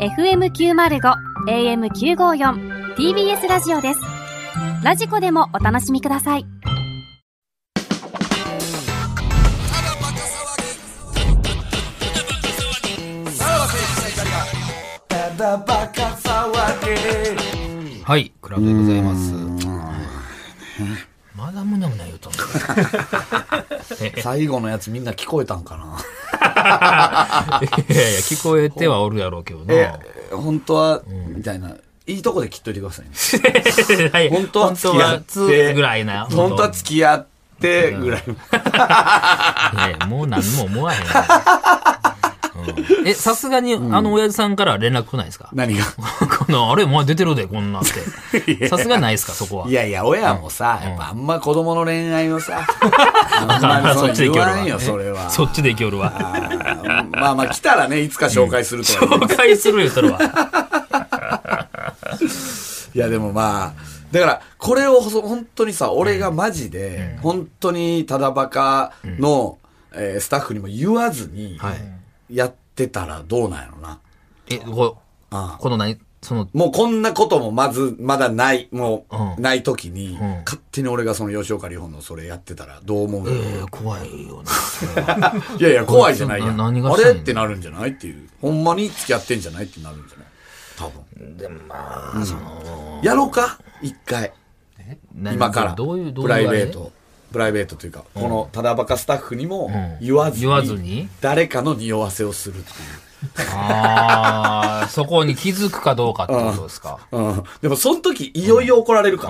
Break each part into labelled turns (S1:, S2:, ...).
S1: FM905 AM954 TBS ラジオですラジコでもお楽しみください
S2: はい、クラブでございます。
S3: まだむなむな言うとんの
S4: 最後のやつみんな聞こえたんかな。
S3: いやいや、聞こえてはおるやろうけどな。
S4: え本当は、みたいな。いいとこで切っといてくださいね。
S3: はい
S4: 本当は付き合っ
S3: 本当は
S4: て。
S3: つぐらいな。
S4: 本当は付き合って、ぐらい。
S3: いやもう何も思わへん。うん え、さすがに、あの、親父さんから連絡来ないですか
S4: 何が。
S3: この、あれ、お前出てるで、こんなんって。さすがないですか、そこは。
S4: いやいや、親もさ、やっぱあんま子供の恋愛をさ、 あんまり
S3: そ
S4: そ
S3: っ
S4: う
S3: ちで
S4: 言
S3: 行きよる
S4: わ
S3: わ
S4: ん。よ、
S3: え
S4: それは。
S3: そっちで行きよるわ。
S4: あーまあまあ来たらね、いつか紹介するとは言う
S3: 紹介する言うとるわ。
S4: いやでもまあ、だから、これをほそ本当にさ、俺がマジで、本当にただバカの、えースタッフにも言わずに、やってたらどうなんやろな。
S3: え、こ
S4: あ
S3: この何、その、
S4: もうこんなこともまず、まだない、も
S3: う
S4: う、
S3: ん
S4: ない時に、
S3: ん
S4: 勝手に俺がその吉岡里帆のそれやってたらどう思うの、
S3: えー怖いよな。
S4: いやいや、怖いじゃないや
S3: な何
S4: ん。
S3: が
S4: あ
S3: したいの
S4: れってなるんじゃないっていう。ほんまに付き合ってんじゃないってなるんじゃない多分。
S3: でもまあ、その、
S4: やろうか一回。
S3: 何
S4: 今から
S3: どういう、どういう
S4: プライ
S3: あれ
S4: ベートプライベートというか、このただバカスタッフにも言わずに,、
S3: 言わずに
S4: 誰かの匂わせをするってい
S3: ああ、そこに気づくかどうかってことです か。
S4: う、うん、でもその時いよいよ怒られるか、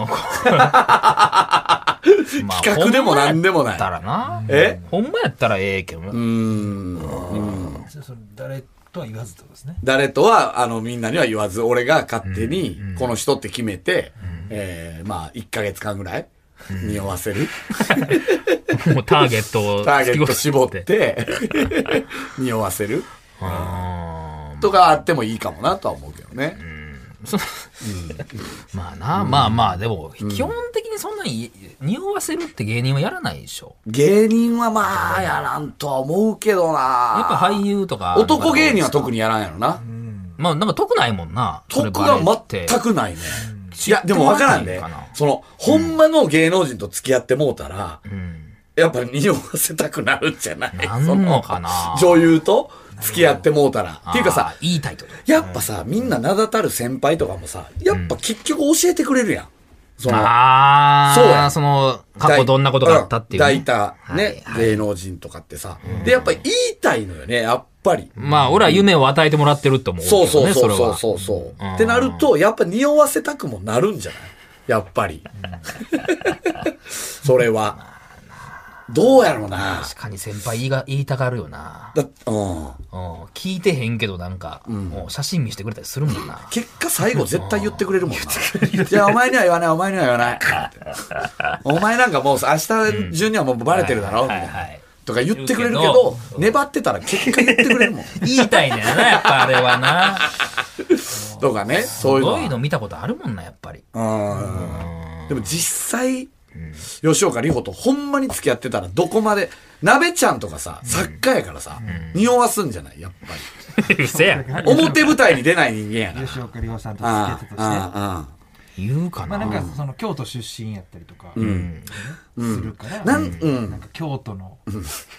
S3: まあ
S4: 企画でも何でもな
S3: ほんまやっ
S4: い
S3: たらな。
S4: え
S3: ほんまやったらええけどな。
S5: それ誰とは言わずってことですね。
S4: 誰とはあのみんなには言わず俺が勝手にこの人って決めて、えーまあ1ヶ月間ぐらい匂わせる、
S3: もうターゲットを
S4: ターゲット
S3: 突き越
S4: 絞っ
S3: す。
S4: て 匂わせる
S3: あ
S4: とかあってもいいかもなとは思うけどね、
S3: ーまあな、まあまあ、でも、基本的にそんなに匂わせるって芸人はやらないでしょ。
S4: 芸人はまあやらんとは思うけどな
S3: やっぱ俳優とか。
S4: 男芸人は特にやらんやろな。
S3: まあなんか得ないもんな。
S4: 得
S3: それバレ
S4: が
S3: て
S4: 全くないね。いや、でもわからん
S3: 知
S4: ね
S3: ってもらえないかな。
S4: その、ほんまの芸能人と付き合ってもうたら、
S3: うん。
S4: やっぱ匂わせたくなるんじゃない
S3: なんのかな
S4: その女優と付き合ってもうたら。っていうかさ
S3: あー、いいタイトル。
S4: やっぱさ、みんな名だたる先輩とかもさ、やっぱ結局教えてくれるやん。その、
S3: ああ、
S4: そうや
S3: その、過去どんなことがあったっていうね、
S4: 大体ね、芸能人とかってさ。で、やっぱ言いたいのよね、やっぱり。
S3: まあ、俺は夢を与えてもらってると思うけど
S4: そう
S3: ね、
S4: そうそ
S3: そうれ
S4: そう
S3: は。
S4: そうそう。
S3: ん
S4: ってなると、やっぱ匂わせたくもなるんじゃないやっぱ り。それは。どうやろうな。
S3: 確かに先輩言いが言いたがるよな。
S4: だうん、
S3: うん聞いてへんけど、なんか、もう写真見せてくれたりするもんな。
S4: 結果最後絶対言ってくれるもんな。じゃあお前には言わない、お前には言わ ない。お前なんかもう明日中にはもうバレてるだろ、み
S3: はいは
S4: た
S3: い
S4: い
S3: は。
S4: ないとか言ってくれるけ
S3: 言う
S4: ど、粘ってたら結果言ってくれる もん。
S3: 言いたいねんな、やっぱあれはな。
S4: とかね、そういうの
S3: ど
S4: は
S3: ういうの見たことあるもんな、やっぱり。
S4: うんでも実際、吉岡里帆とほんまに付き合ってたらどこまで、鍋ちゃんとかさ、作家やからさ、匂わすんじゃないやっぱり。
S3: うせや。
S4: 表舞台に出ない人間や な。
S5: 吉岡里帆さんと
S4: あ
S5: 付き合ってたとして、
S4: あ、
S5: ま
S4: あ
S3: 言うか
S5: あ
S3: な。
S5: なんか
S3: う
S5: その京都出身やったりとか、ねするから、
S4: なん
S5: うん
S4: うん
S5: なんか京都の、
S4: あ、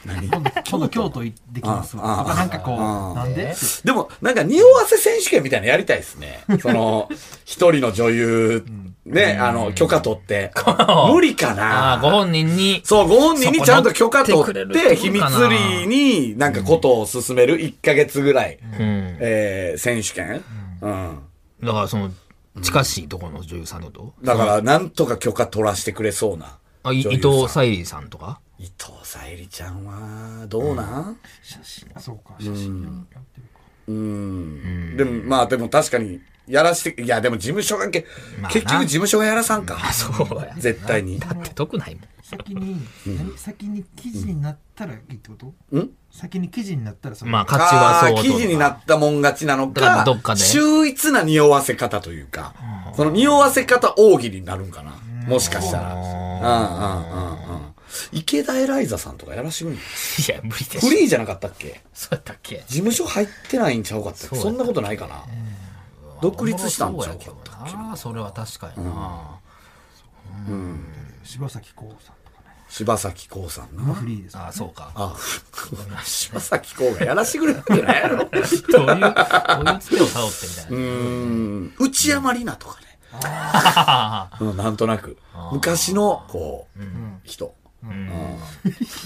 S4: 何
S5: 今度今度京都行ってきますわ、とかなんかこう、なんで
S4: でも、なんか匂わせ選手権みたいなのやりたいです ね。その、一人の女優、ね、あの、許可取 って。無理か
S3: ああ、
S4: な
S3: ご本人に。
S4: そう、ご本人にちゃんと許可取
S3: そこ乗って
S4: っ
S3: くれるって
S4: て、秘
S3: こと
S4: 密
S3: かな
S4: 裏になんかことを進める1ヶ月ぐらい。
S3: うん。
S4: えー、選手権、うん
S3: だから、その、近しいところの女優さんのこと
S4: だから、なんとか許可取らせてくれそうな。
S3: あ、い
S4: 女
S3: 伊
S4: 優さん
S3: 藤沙莉さんとか
S4: 伊藤沙莉ちゃんは、どうなん、
S5: 写真あそうか写真やってるか、
S4: でも、まあでも確かに、やらして、いやでも事務所がけ、
S3: まあな
S4: 結局事務所がやらさんか。
S3: そうや。
S4: 絶対に。
S3: だって得ないもん。
S5: 先に、何先に記事になったらいいってこと
S4: ん
S5: 先に記事になったらその
S3: まあ、価値は
S4: あ
S3: そ
S4: あ
S3: う
S4: ー、
S3: と
S4: 記事になったもん勝ちなの
S3: だから
S4: か、
S3: どっかで
S4: 秀逸な匂わせ方というか、その匂わせ方奥義になるんかな。もしかしたら。うんうんうんうん。池田エライザさんとかやらしてくれ んの
S3: いや、無理でしょ
S4: フリーじゃなかったっけ
S3: そうやったっけ
S4: 事務所入ってないんちゃうかってそんなことないかな、独立したんちゃ
S3: おもろ
S4: うか
S3: そうやけどなそれは確かにな、
S5: 柴咲コウさんとかね
S4: 柴咲コウさんな
S5: フリーです
S3: ああそうか
S4: あ 柴咲コウがやらしてくれるんじゃないやろ
S3: どういうどういうつてを羽織ってみたいな、
S4: うん内山里奈とかね、うん、なんとなく昔のこう、人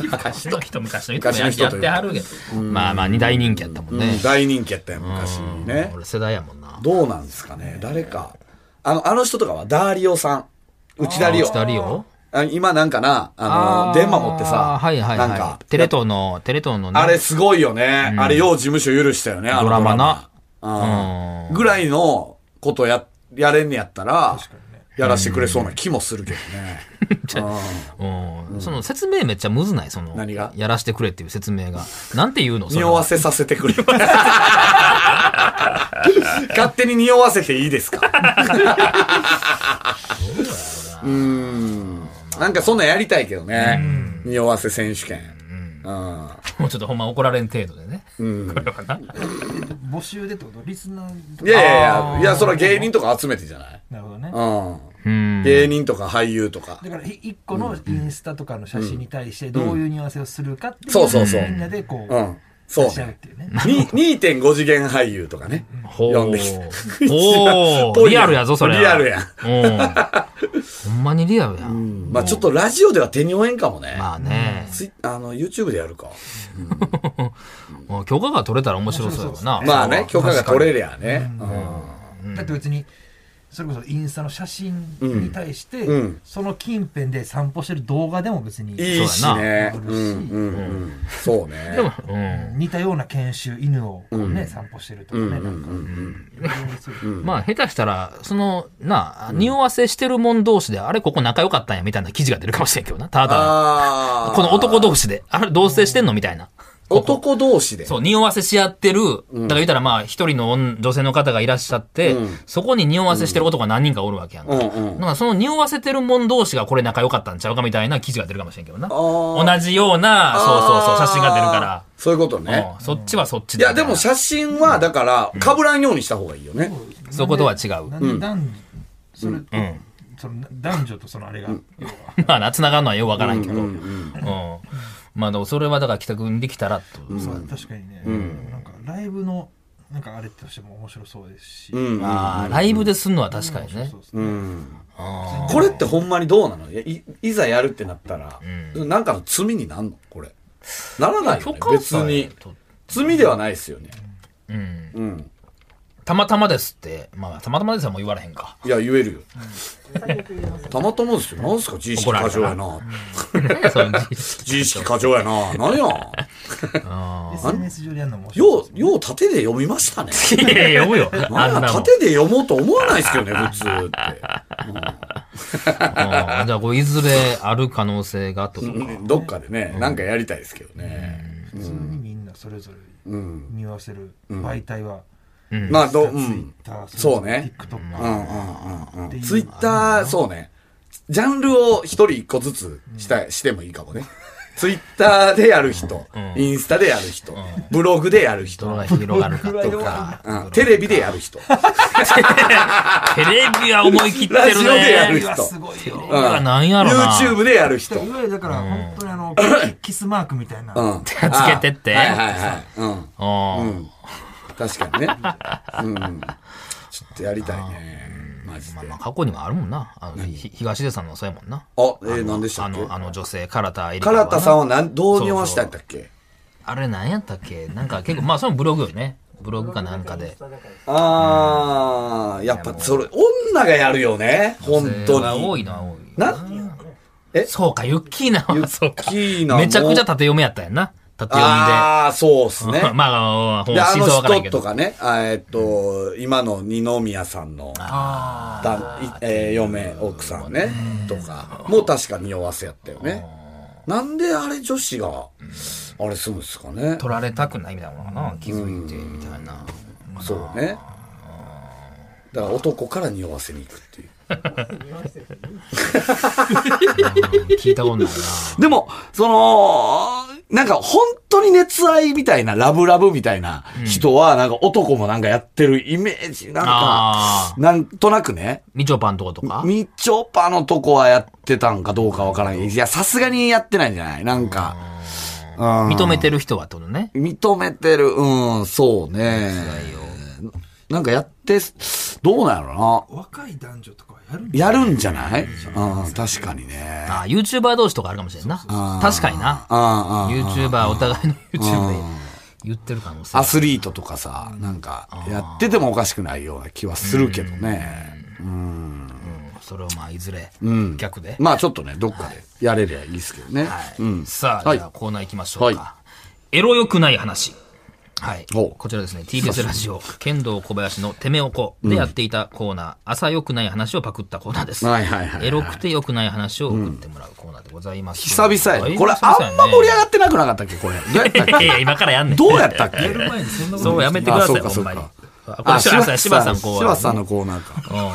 S3: 昔の人昔の人
S4: 昔の人
S3: やっ
S4: という
S3: てはるけどまあまあ二大人気やったもんね、
S4: 大人気やったよ昔ね
S3: 俺世代やもんな
S4: どうなんですかね誰かあのあの人とかはダーリオさん内田理央
S3: 二人よ
S4: あ今なんかなあの電話持ってさ
S3: はいはいはい
S4: なんか
S3: テレ東のテレ東のね
S4: あれすごいよね、あれよう事務所許したよねあの
S3: ドラマな
S4: うんぐらいのことややれんねやったらやらしてくれそうな気もするけどね、
S3: うんその説明めっちゃむずないその
S4: 何が
S3: やらしてくれっていう説明がなんて言うの
S4: うん、
S3: それ
S4: 匂わ
S3: は
S4: せさせてくれ 勝手に匂わせていい ですかうんなんかそんなんやりたいけどね匂わせ選手権うん
S3: もうちょっとほんま怒られん程度でね
S5: 募集でってことリスナーと
S4: い
S5: か
S4: やいやいやいやそれは芸人とか集めてじゃない
S5: なるほどね
S4: う
S3: うんん
S4: 芸人とか俳優とか
S5: だからひ一個のインスタとかの写真に対してどういうニュアンスをするかってい
S4: そうそうそう
S5: みんなでこう、
S4: うんそう
S5: 出し合うっていうね
S4: に2.5次元俳優とかね
S3: ほ
S4: 呼んで
S3: う
S4: き て
S3: ほ
S4: ぽ
S3: う
S4: い
S3: リ
S4: やん
S3: アルやぞそれ
S4: リアルやん
S3: うんほんまにリアルやん
S4: まあちょっとラジオでは手に負えんかもね。
S3: まあね
S4: ツイあの、YouTube でやるか。
S3: もう許可が取れたら面白そうやわな
S4: まあね、許可が取れりゃね。
S5: だって別にそれこそインスタの写真に対して、
S4: うんうん
S5: その近辺で散歩してる動画でも別に
S4: うんいいしね。
S5: そううん
S4: う
S5: やなん
S4: うん。そうね。
S3: うん
S5: 似たような犬種犬をこうね、散歩してるとかね、なんかいろいろそういう
S3: まあ下手したら、その、なあ、匂わせしてるもん同士で、あれここ仲良かったんやみたいな記事が出るかもしれんけどな。ただ、
S4: ああ。
S3: この男同士で、あれ同棲してんのみたいな。
S4: 男同士で。
S3: そう、匂わせし合ってる、だから言ったらまあ一人の女女性の方がいらっしゃって、そこに匂わせしてる男が何人かおるわけやんか。
S4: うんうん
S3: だからその匂わせてるもん同士がこれ仲良かったんちゃうかみたいな記事が出るかもしれんけどな。同
S4: あー
S3: じような、そうそうそう、写真が出るか
S4: あーそういうこと
S3: ら。
S4: ね
S3: う。ん、そっちはそっち
S4: い
S3: で。
S4: や、でも写真は、だから、被らんようにした方がいいよね。
S3: そういうことは違う
S5: なんで男女それ、その男女とそのあれが、要は
S3: まあな、繋がるのはよくわからんけど。うん。まあでもそれはだから北君できたらってことですわ
S5: 確かにね、なんかライブのなんかあれとしても面白そうですし、
S4: うん。
S3: ああ、ライブですんのは確かにね。
S5: そうですね、
S4: これってほんまにどうなのいやいいざやるってなったら、なんかの罪になんのこれ。ならないよ、
S3: 許
S4: ね。
S3: 可
S4: 別
S3: さえ
S4: に。
S3: と
S4: 罪ではないですよね。
S3: うん。
S4: うん。
S3: たまたまですって。まあ、たまたまですはもう言われへん か。
S4: いや、言えるよ。たまたまですよ。なんすか、自意識過剰やな。
S3: そういう事実
S4: 自意識過剰やな。何や。
S5: SNS 上でやるのも面白
S4: よ、
S5: いう
S4: よう縦で読みましたね。
S3: いやいや、読むよ。
S4: なん
S3: あん
S4: や
S3: なもん。うん
S4: 縦で読もうと思わないですけどね、普通っ
S3: じ
S4: て。
S3: ゃあ、これいずれある可能性がとか。
S4: うんどっかでね、なんかやりたいですけどね。
S5: 普通にみんなそれぞれに合わせる媒体は、
S4: まあ、ど、う
S5: ツイッ
S4: ん。
S5: ター、
S4: そうねう
S5: TikTok
S4: んうんうんう
S5: てい
S4: ん。
S5: う
S4: ツイッター、そうね。ジャンルを一人一個ずつした、してもいいかもね。ツイッターでやる人、インスタでやる人、ブログでやる人
S3: ど、れが広がるかとか。
S4: うんテレビでやる人。
S3: テレビは思い切ってるね。
S4: ラジオでやる人
S5: はすごいよ
S3: うわ何やろな。
S4: YouTube でやる人。
S5: いわゆるだから本当に あの、キスマークみたいな、
S4: うん。つ
S3: つけてって
S4: はいはいはい。うん。
S3: うん。
S4: 確かにね。うん。ちょっとやりたいね。マジで。
S3: まあ、過去にもあるもんな。あの、ひ東出さんのそうやもんな。
S4: あ、えー、何でした
S3: あ
S4: っけ
S3: の、あの女性、唐田エリカ
S4: 唐
S3: はな。
S4: 田さんは何、どうにましたんだっけ
S3: あれ何やったっけなんか結構、まあそのブログよね。ブログかなんかで。
S4: あー、やっぱそれ、女がやるよね。本当
S3: 女性は多い
S4: に。
S3: のは多い。
S4: な、
S3: そうか、ユッキーナはそうか。
S4: ユッキーナも
S3: めちゃくちゃ縦読みやったやんな。縦読み
S4: あー、そうっすね
S3: で。。まあ、あのほん
S4: で、
S3: ま
S4: あ
S3: 真
S4: の
S3: 相わからん
S4: 人
S3: け
S4: と
S3: ど。
S4: かね、あえーっと、今の二宮さんの、だいえー嫁、奥さんね、とか、もう確か匂わせやったよね。なんであれ女子が、あれするんですかね。
S3: 取られたくないみたいなのかな。気づいて、みたいな。
S4: そうね。だから男から匂わせに行くっていう。
S3: 聞いたことないな。
S4: でも、その、なんか本当に熱愛みたいな、ラブラブみたいな人は、なんか男もなんかやってるイメージ、なんか
S3: あ、
S4: なんとなくね、
S3: みちょぱんとことか
S4: みちょぱのとこはやってたんかどうかわからんけどいや、さすがにやってないんじゃないなんか、うん
S3: 認めてる人はってことね。
S4: 認めてる、うん、そうね。なんかやって、どうなんやろ
S5: 若い男女とかはやる
S4: な。
S5: ん
S4: やるんじゃないうん、確かにね。
S3: ああ、YouTuber 同士とかあるかもしれんな。確かにな。
S4: うんうん。
S3: YouTuber、お互いの YouTube で言ってる可能性
S4: ア。スリートとかさ、なんか、やっててもおかしくないような気はするけどね。
S3: それをまあ、いずれ、逆で。
S4: まあちょっとね、どっかでやれりゃいいですけどね。うん。
S3: さあ、
S4: はい
S3: じゃあコーナー行きましょうか。
S4: は
S3: エロ良くない話。はい。
S4: お
S3: こちらですね、TBS ラジオ、剣道小林のてめおこでやっていたコーナー、朝良くない話をパクったコーナーです。
S4: はいはいはいはい
S3: エロくて良くない話を送ってもらうコーナーでございます。
S4: 久々や
S3: だい
S4: ね。
S3: ぶ
S4: これ
S3: 久々や
S4: あ
S3: ね
S4: んま盛り上がってなくなかったっけ これ。どうやったっ
S3: いやいや、今からやんね
S4: け
S3: ん。
S4: どうやったっけ
S5: やる前にそんなこと
S3: そう、やめてください、
S4: あそうか
S3: ほ
S4: そ
S3: ん
S4: う
S3: まに
S4: か。
S3: あこれ柴田さん、柴田さん、こう。
S4: 柴田さんのコーナーか。あんま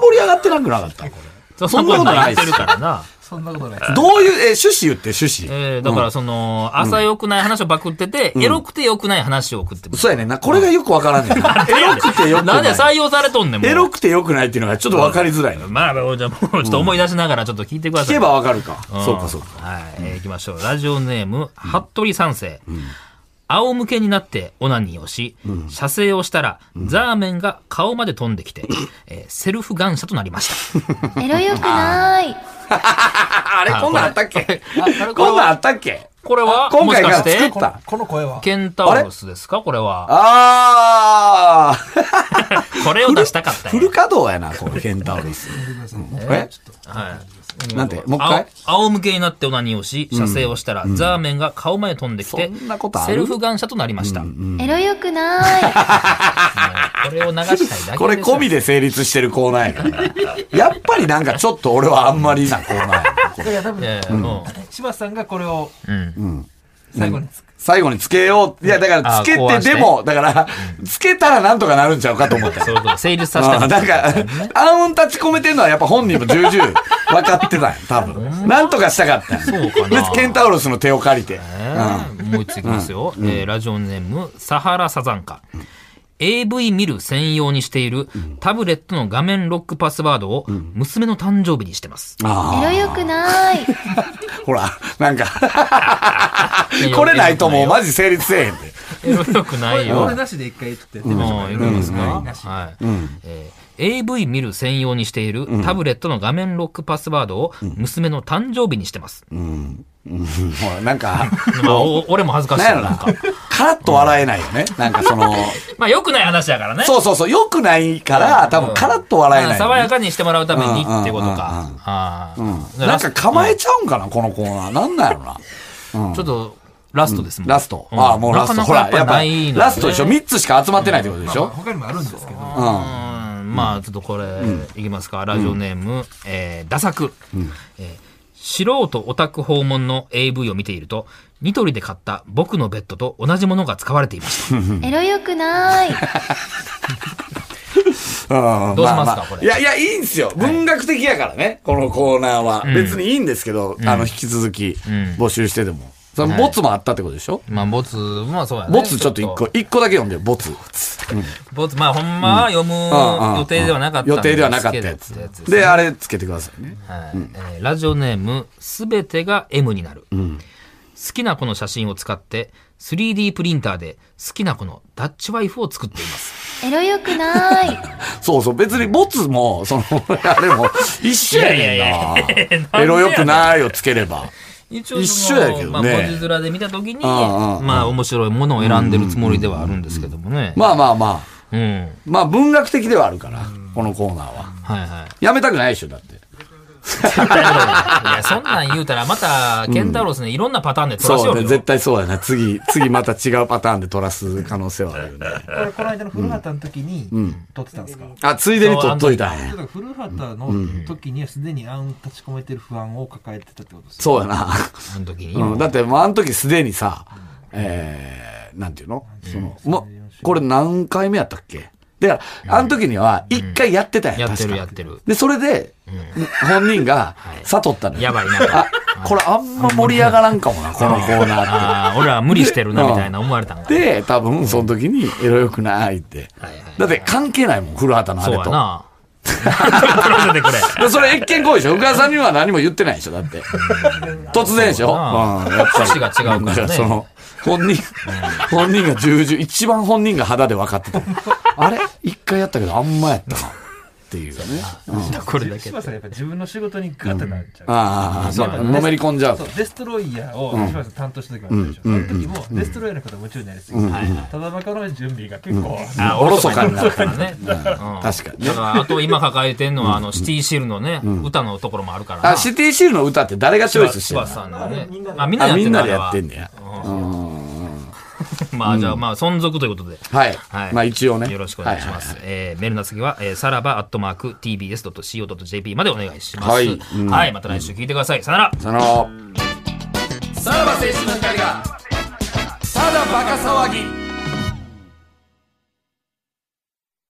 S4: 盛り上がってなくなかったこ
S3: うん。そんなことないってるからな。
S5: そんなことない。
S4: れ。どういう、え、趣旨言って、趣旨。
S3: えー、だからその、朝良くない話をパクってて、エロくて良くない話を送ってもらう
S4: そうやねんな。これがよくわからんね んな。エロくてよく
S3: なんで
S4: ない。
S3: 採用されとんねん、もう。
S4: エロくてよくないっていうのがちょっとわかりづらいな。
S3: まあ、まあじゃあもうちょっと思い出しながらちょっと聞いてくだ
S4: 聞
S3: さい。
S4: けばわかるか。
S3: ん
S4: そうかそうか。
S3: はい、えー行きましょう。ラジオネーム、服部三世。仰向けになってオナニーをし、射精をしたら、ザーメンが顔まで飛んできて、えーセルフ感謝となりました。
S1: エロよくない。
S4: あれ、こんなんあったっけ
S3: れ
S4: こんなんあったっけ
S3: これは、
S4: 今回
S3: も
S4: が
S3: しかし、
S4: 作って
S5: こ
S4: た
S5: の。この声は。
S3: ケンタウロスですかこれは。
S4: あ
S3: これを出したかった
S4: あ、
S3: んや
S4: フル稼働やな、このケンタウロス。え
S3: はい。
S4: なんてもう一回
S3: あお仰向けになってオナニーをし、射精をしたら、ザーメンが顔まで飛んできて、
S4: そんなことある
S3: セルフ感謝となりました。もう
S1: エロよくない。
S3: これを流したいだけですよ。
S4: これ込みで成立してるコーナーやから。やっぱりなんかちょっと俺はあんまりなコーナーやなこれ
S5: いや、多分
S3: い、やいやも
S5: 柴田さんがこれを
S3: ううん。
S5: 最後につく。
S4: 最後につけよう。いや、だからつけ
S3: あー考案して
S4: て、でも、だから、つけたらなんとかなるんちゃうか と思った。
S3: そういうこと、成立させた
S4: あ
S3: か
S4: ー
S3: った
S4: なんか、暗雲立ち込めてるのはやっぱ本人も重々分かってたんや多分。なんとかしたかったんや
S3: そうかな
S4: 別にケンタウロスの手を借りて。
S3: ねもう一ついきますよ。えーラジオネーム、サハラサザンカ。AV 見る専用にしているタブレットの画面ロックパスワードを娘の誕生日にしてます。
S4: あ
S1: エロよくない。
S4: あ、ほら、なんか、 これないともうマジ成立せえへんで。
S3: エロよくないよ
S5: こ。れなしで一回ちょっとやってみましょう
S3: もういるんですか、
S5: うん
S3: はい、えー AV 見る専用にしているタブレットの画面ロックパスワードを娘の誕生日にしてます。
S4: ほら、なん か、
S3: まあ、お俺も恥ずかしい
S4: なんや
S3: な。
S4: ろ
S3: なん
S4: な
S3: か。
S4: カラッと笑えないよね。なんかその、
S3: まあ、良くない話だからね。
S4: そうそうそう、良くないから、多分カラッと笑え
S3: あ
S4: な
S3: ー
S4: い
S3: 爽
S4: よ
S3: や
S4: ね。
S3: かにしてもらうためにってことか。
S4: うんうんうんう
S3: あ
S4: ん
S3: ー
S4: なんか構え
S3: ち
S4: ちゃうんかな、このコーナー。なんなんやろな。
S3: ょっと、ラストですもん。
S4: ラスト。
S3: ん
S4: ああ、もうラスト。
S3: な
S4: ほ
S3: かな
S4: ら、
S3: か
S4: や
S3: や
S4: っ
S3: っ
S4: ぱ
S3: ぱない、の
S4: ラストでしょ ?3 つしか集まってないってことでしょ
S5: 他にもあるんですけど。
S3: うんまあ、ちょっとこれ、いきますか。ラジオネーム、えー、ダサク。えー素人オタク訪問の AV を見ていると、ニトリで買った僕のベッドと同じものが使われていました。
S1: エロよくない。
S4: ど
S3: どうしますかこれ
S4: いやいや、いいんすよ。文学的やからね、このコーナーは。別にいいんですけど、あの、引き続き募集してでも。そのボツもあったってことでしょ
S3: まあ、ボツもそうやね。
S4: ボツちょっと一個、一個だけ読んでよ、ボツ。
S3: ボツ、まあ、ほんまは読む
S4: うんうん
S3: 予定ではなかったん
S4: 予定ではなかったや
S3: ですけどってやつ
S4: つ。
S3: ですね
S4: で、あれつけてくださいね。
S3: はいえーラジオネーム「すべてが M になる」好きな子の写真を使って 3D プリンターで好きな子のダッチワイフを作っています
S1: エロよくない。
S4: そうそう、別にボツも、その、 あれも、一緒やねん
S3: いやいやいやなんでやね
S4: な。
S3: ん
S4: エロよくないをつければ。
S3: 一応
S4: 一緒やけどね
S3: まあ、文字面で見た時に
S4: んうんうん
S3: まあ面白いものを選んでるつもりではあるんですけどもね
S4: まあまあまあ、
S3: うん
S4: まあ文学的ではあるから、このコーナーは。
S3: はいはい
S4: やめたくないでしょ、だって。
S3: いやそんなん言うたらまたケンタロスねいろんなパターンで撮らせ
S4: そ
S3: よ
S4: う
S3: う
S4: ね、
S3: よ
S4: 絶対そうやな。次、次また違うパターンで取らす可能性はあるよね。
S5: これこの間の古畑の時に撮ってたんですか
S4: あ、ついでに取っといたんや。
S5: 古畑の時にはすでにあん立ち込めてる不安を抱えてたってことですよ
S4: そうやな。
S3: その時に
S4: うん、だってもうあの時すでにさ、えー、なんていうのその、ま、これ何回目やったっけだから、あの時には、一回やってたやん、
S3: や
S4: 確
S3: って
S4: か
S3: るやってる。
S4: で、それで、本人が悟ったのよ。
S3: やばいな。
S4: あ、これあんま盛り上がらんか もな、このコーナーって。
S3: ああ、俺ら無理してるな、みたいな思われたんかな。
S4: で、多分、その時に、エロよくないって。だって関係ないもん、古畑のあ
S3: そう
S4: れ
S3: や
S4: と。
S3: な。取らせて くれ。
S4: でそれ一見行為でしょ。福田さんには何も言ってないでしょ、だって。突然でしょ。う、
S3: そうやなん
S4: やっぱ
S3: 歳が違うからね
S4: その、本人、本人が重々、一番本人が肌で分かってた。あれ一回やったけど、あんまやったな。っていうね。
S3: これだけ。
S5: 柴田さんやっぱ自分の仕事にガッてなっちゃう。
S4: ああ、
S3: そう
S4: まあのめり込んじゃう
S5: そう。デストロイヤーを柴田さん担当した時もあったでしょ、その時もデストロイヤーのこと夢中になりすぎて、ただバカの準備が結構、
S3: あ
S4: おろそかになるから
S3: ね。
S4: 確かにね
S3: だ。から、あと今抱えてんのは、あの、シティシールのね、歌のところもあるからな。
S4: あ、シティシールの歌って誰がチョイスしてん
S3: 柴
S4: の
S3: 田さんのね。あ、みんな
S4: あ、みんなで
S3: や
S4: や
S3: っ
S4: ってて
S3: ん
S4: ん
S3: だ
S4: だよ。
S3: あれはまあ、じゃあ、まあ、存続ということで。
S4: はい
S3: は。い
S4: まあ一応ね。
S3: よろしくお願いしま
S4: は
S3: す。えーメールの次は、えーさらばアットマーク tbs.co.jp までお願いします。は
S4: はいい。
S3: また来週聞いてください。さよなら。
S4: いはい。その、さらば青春の光が、ただバカ騒ぎ。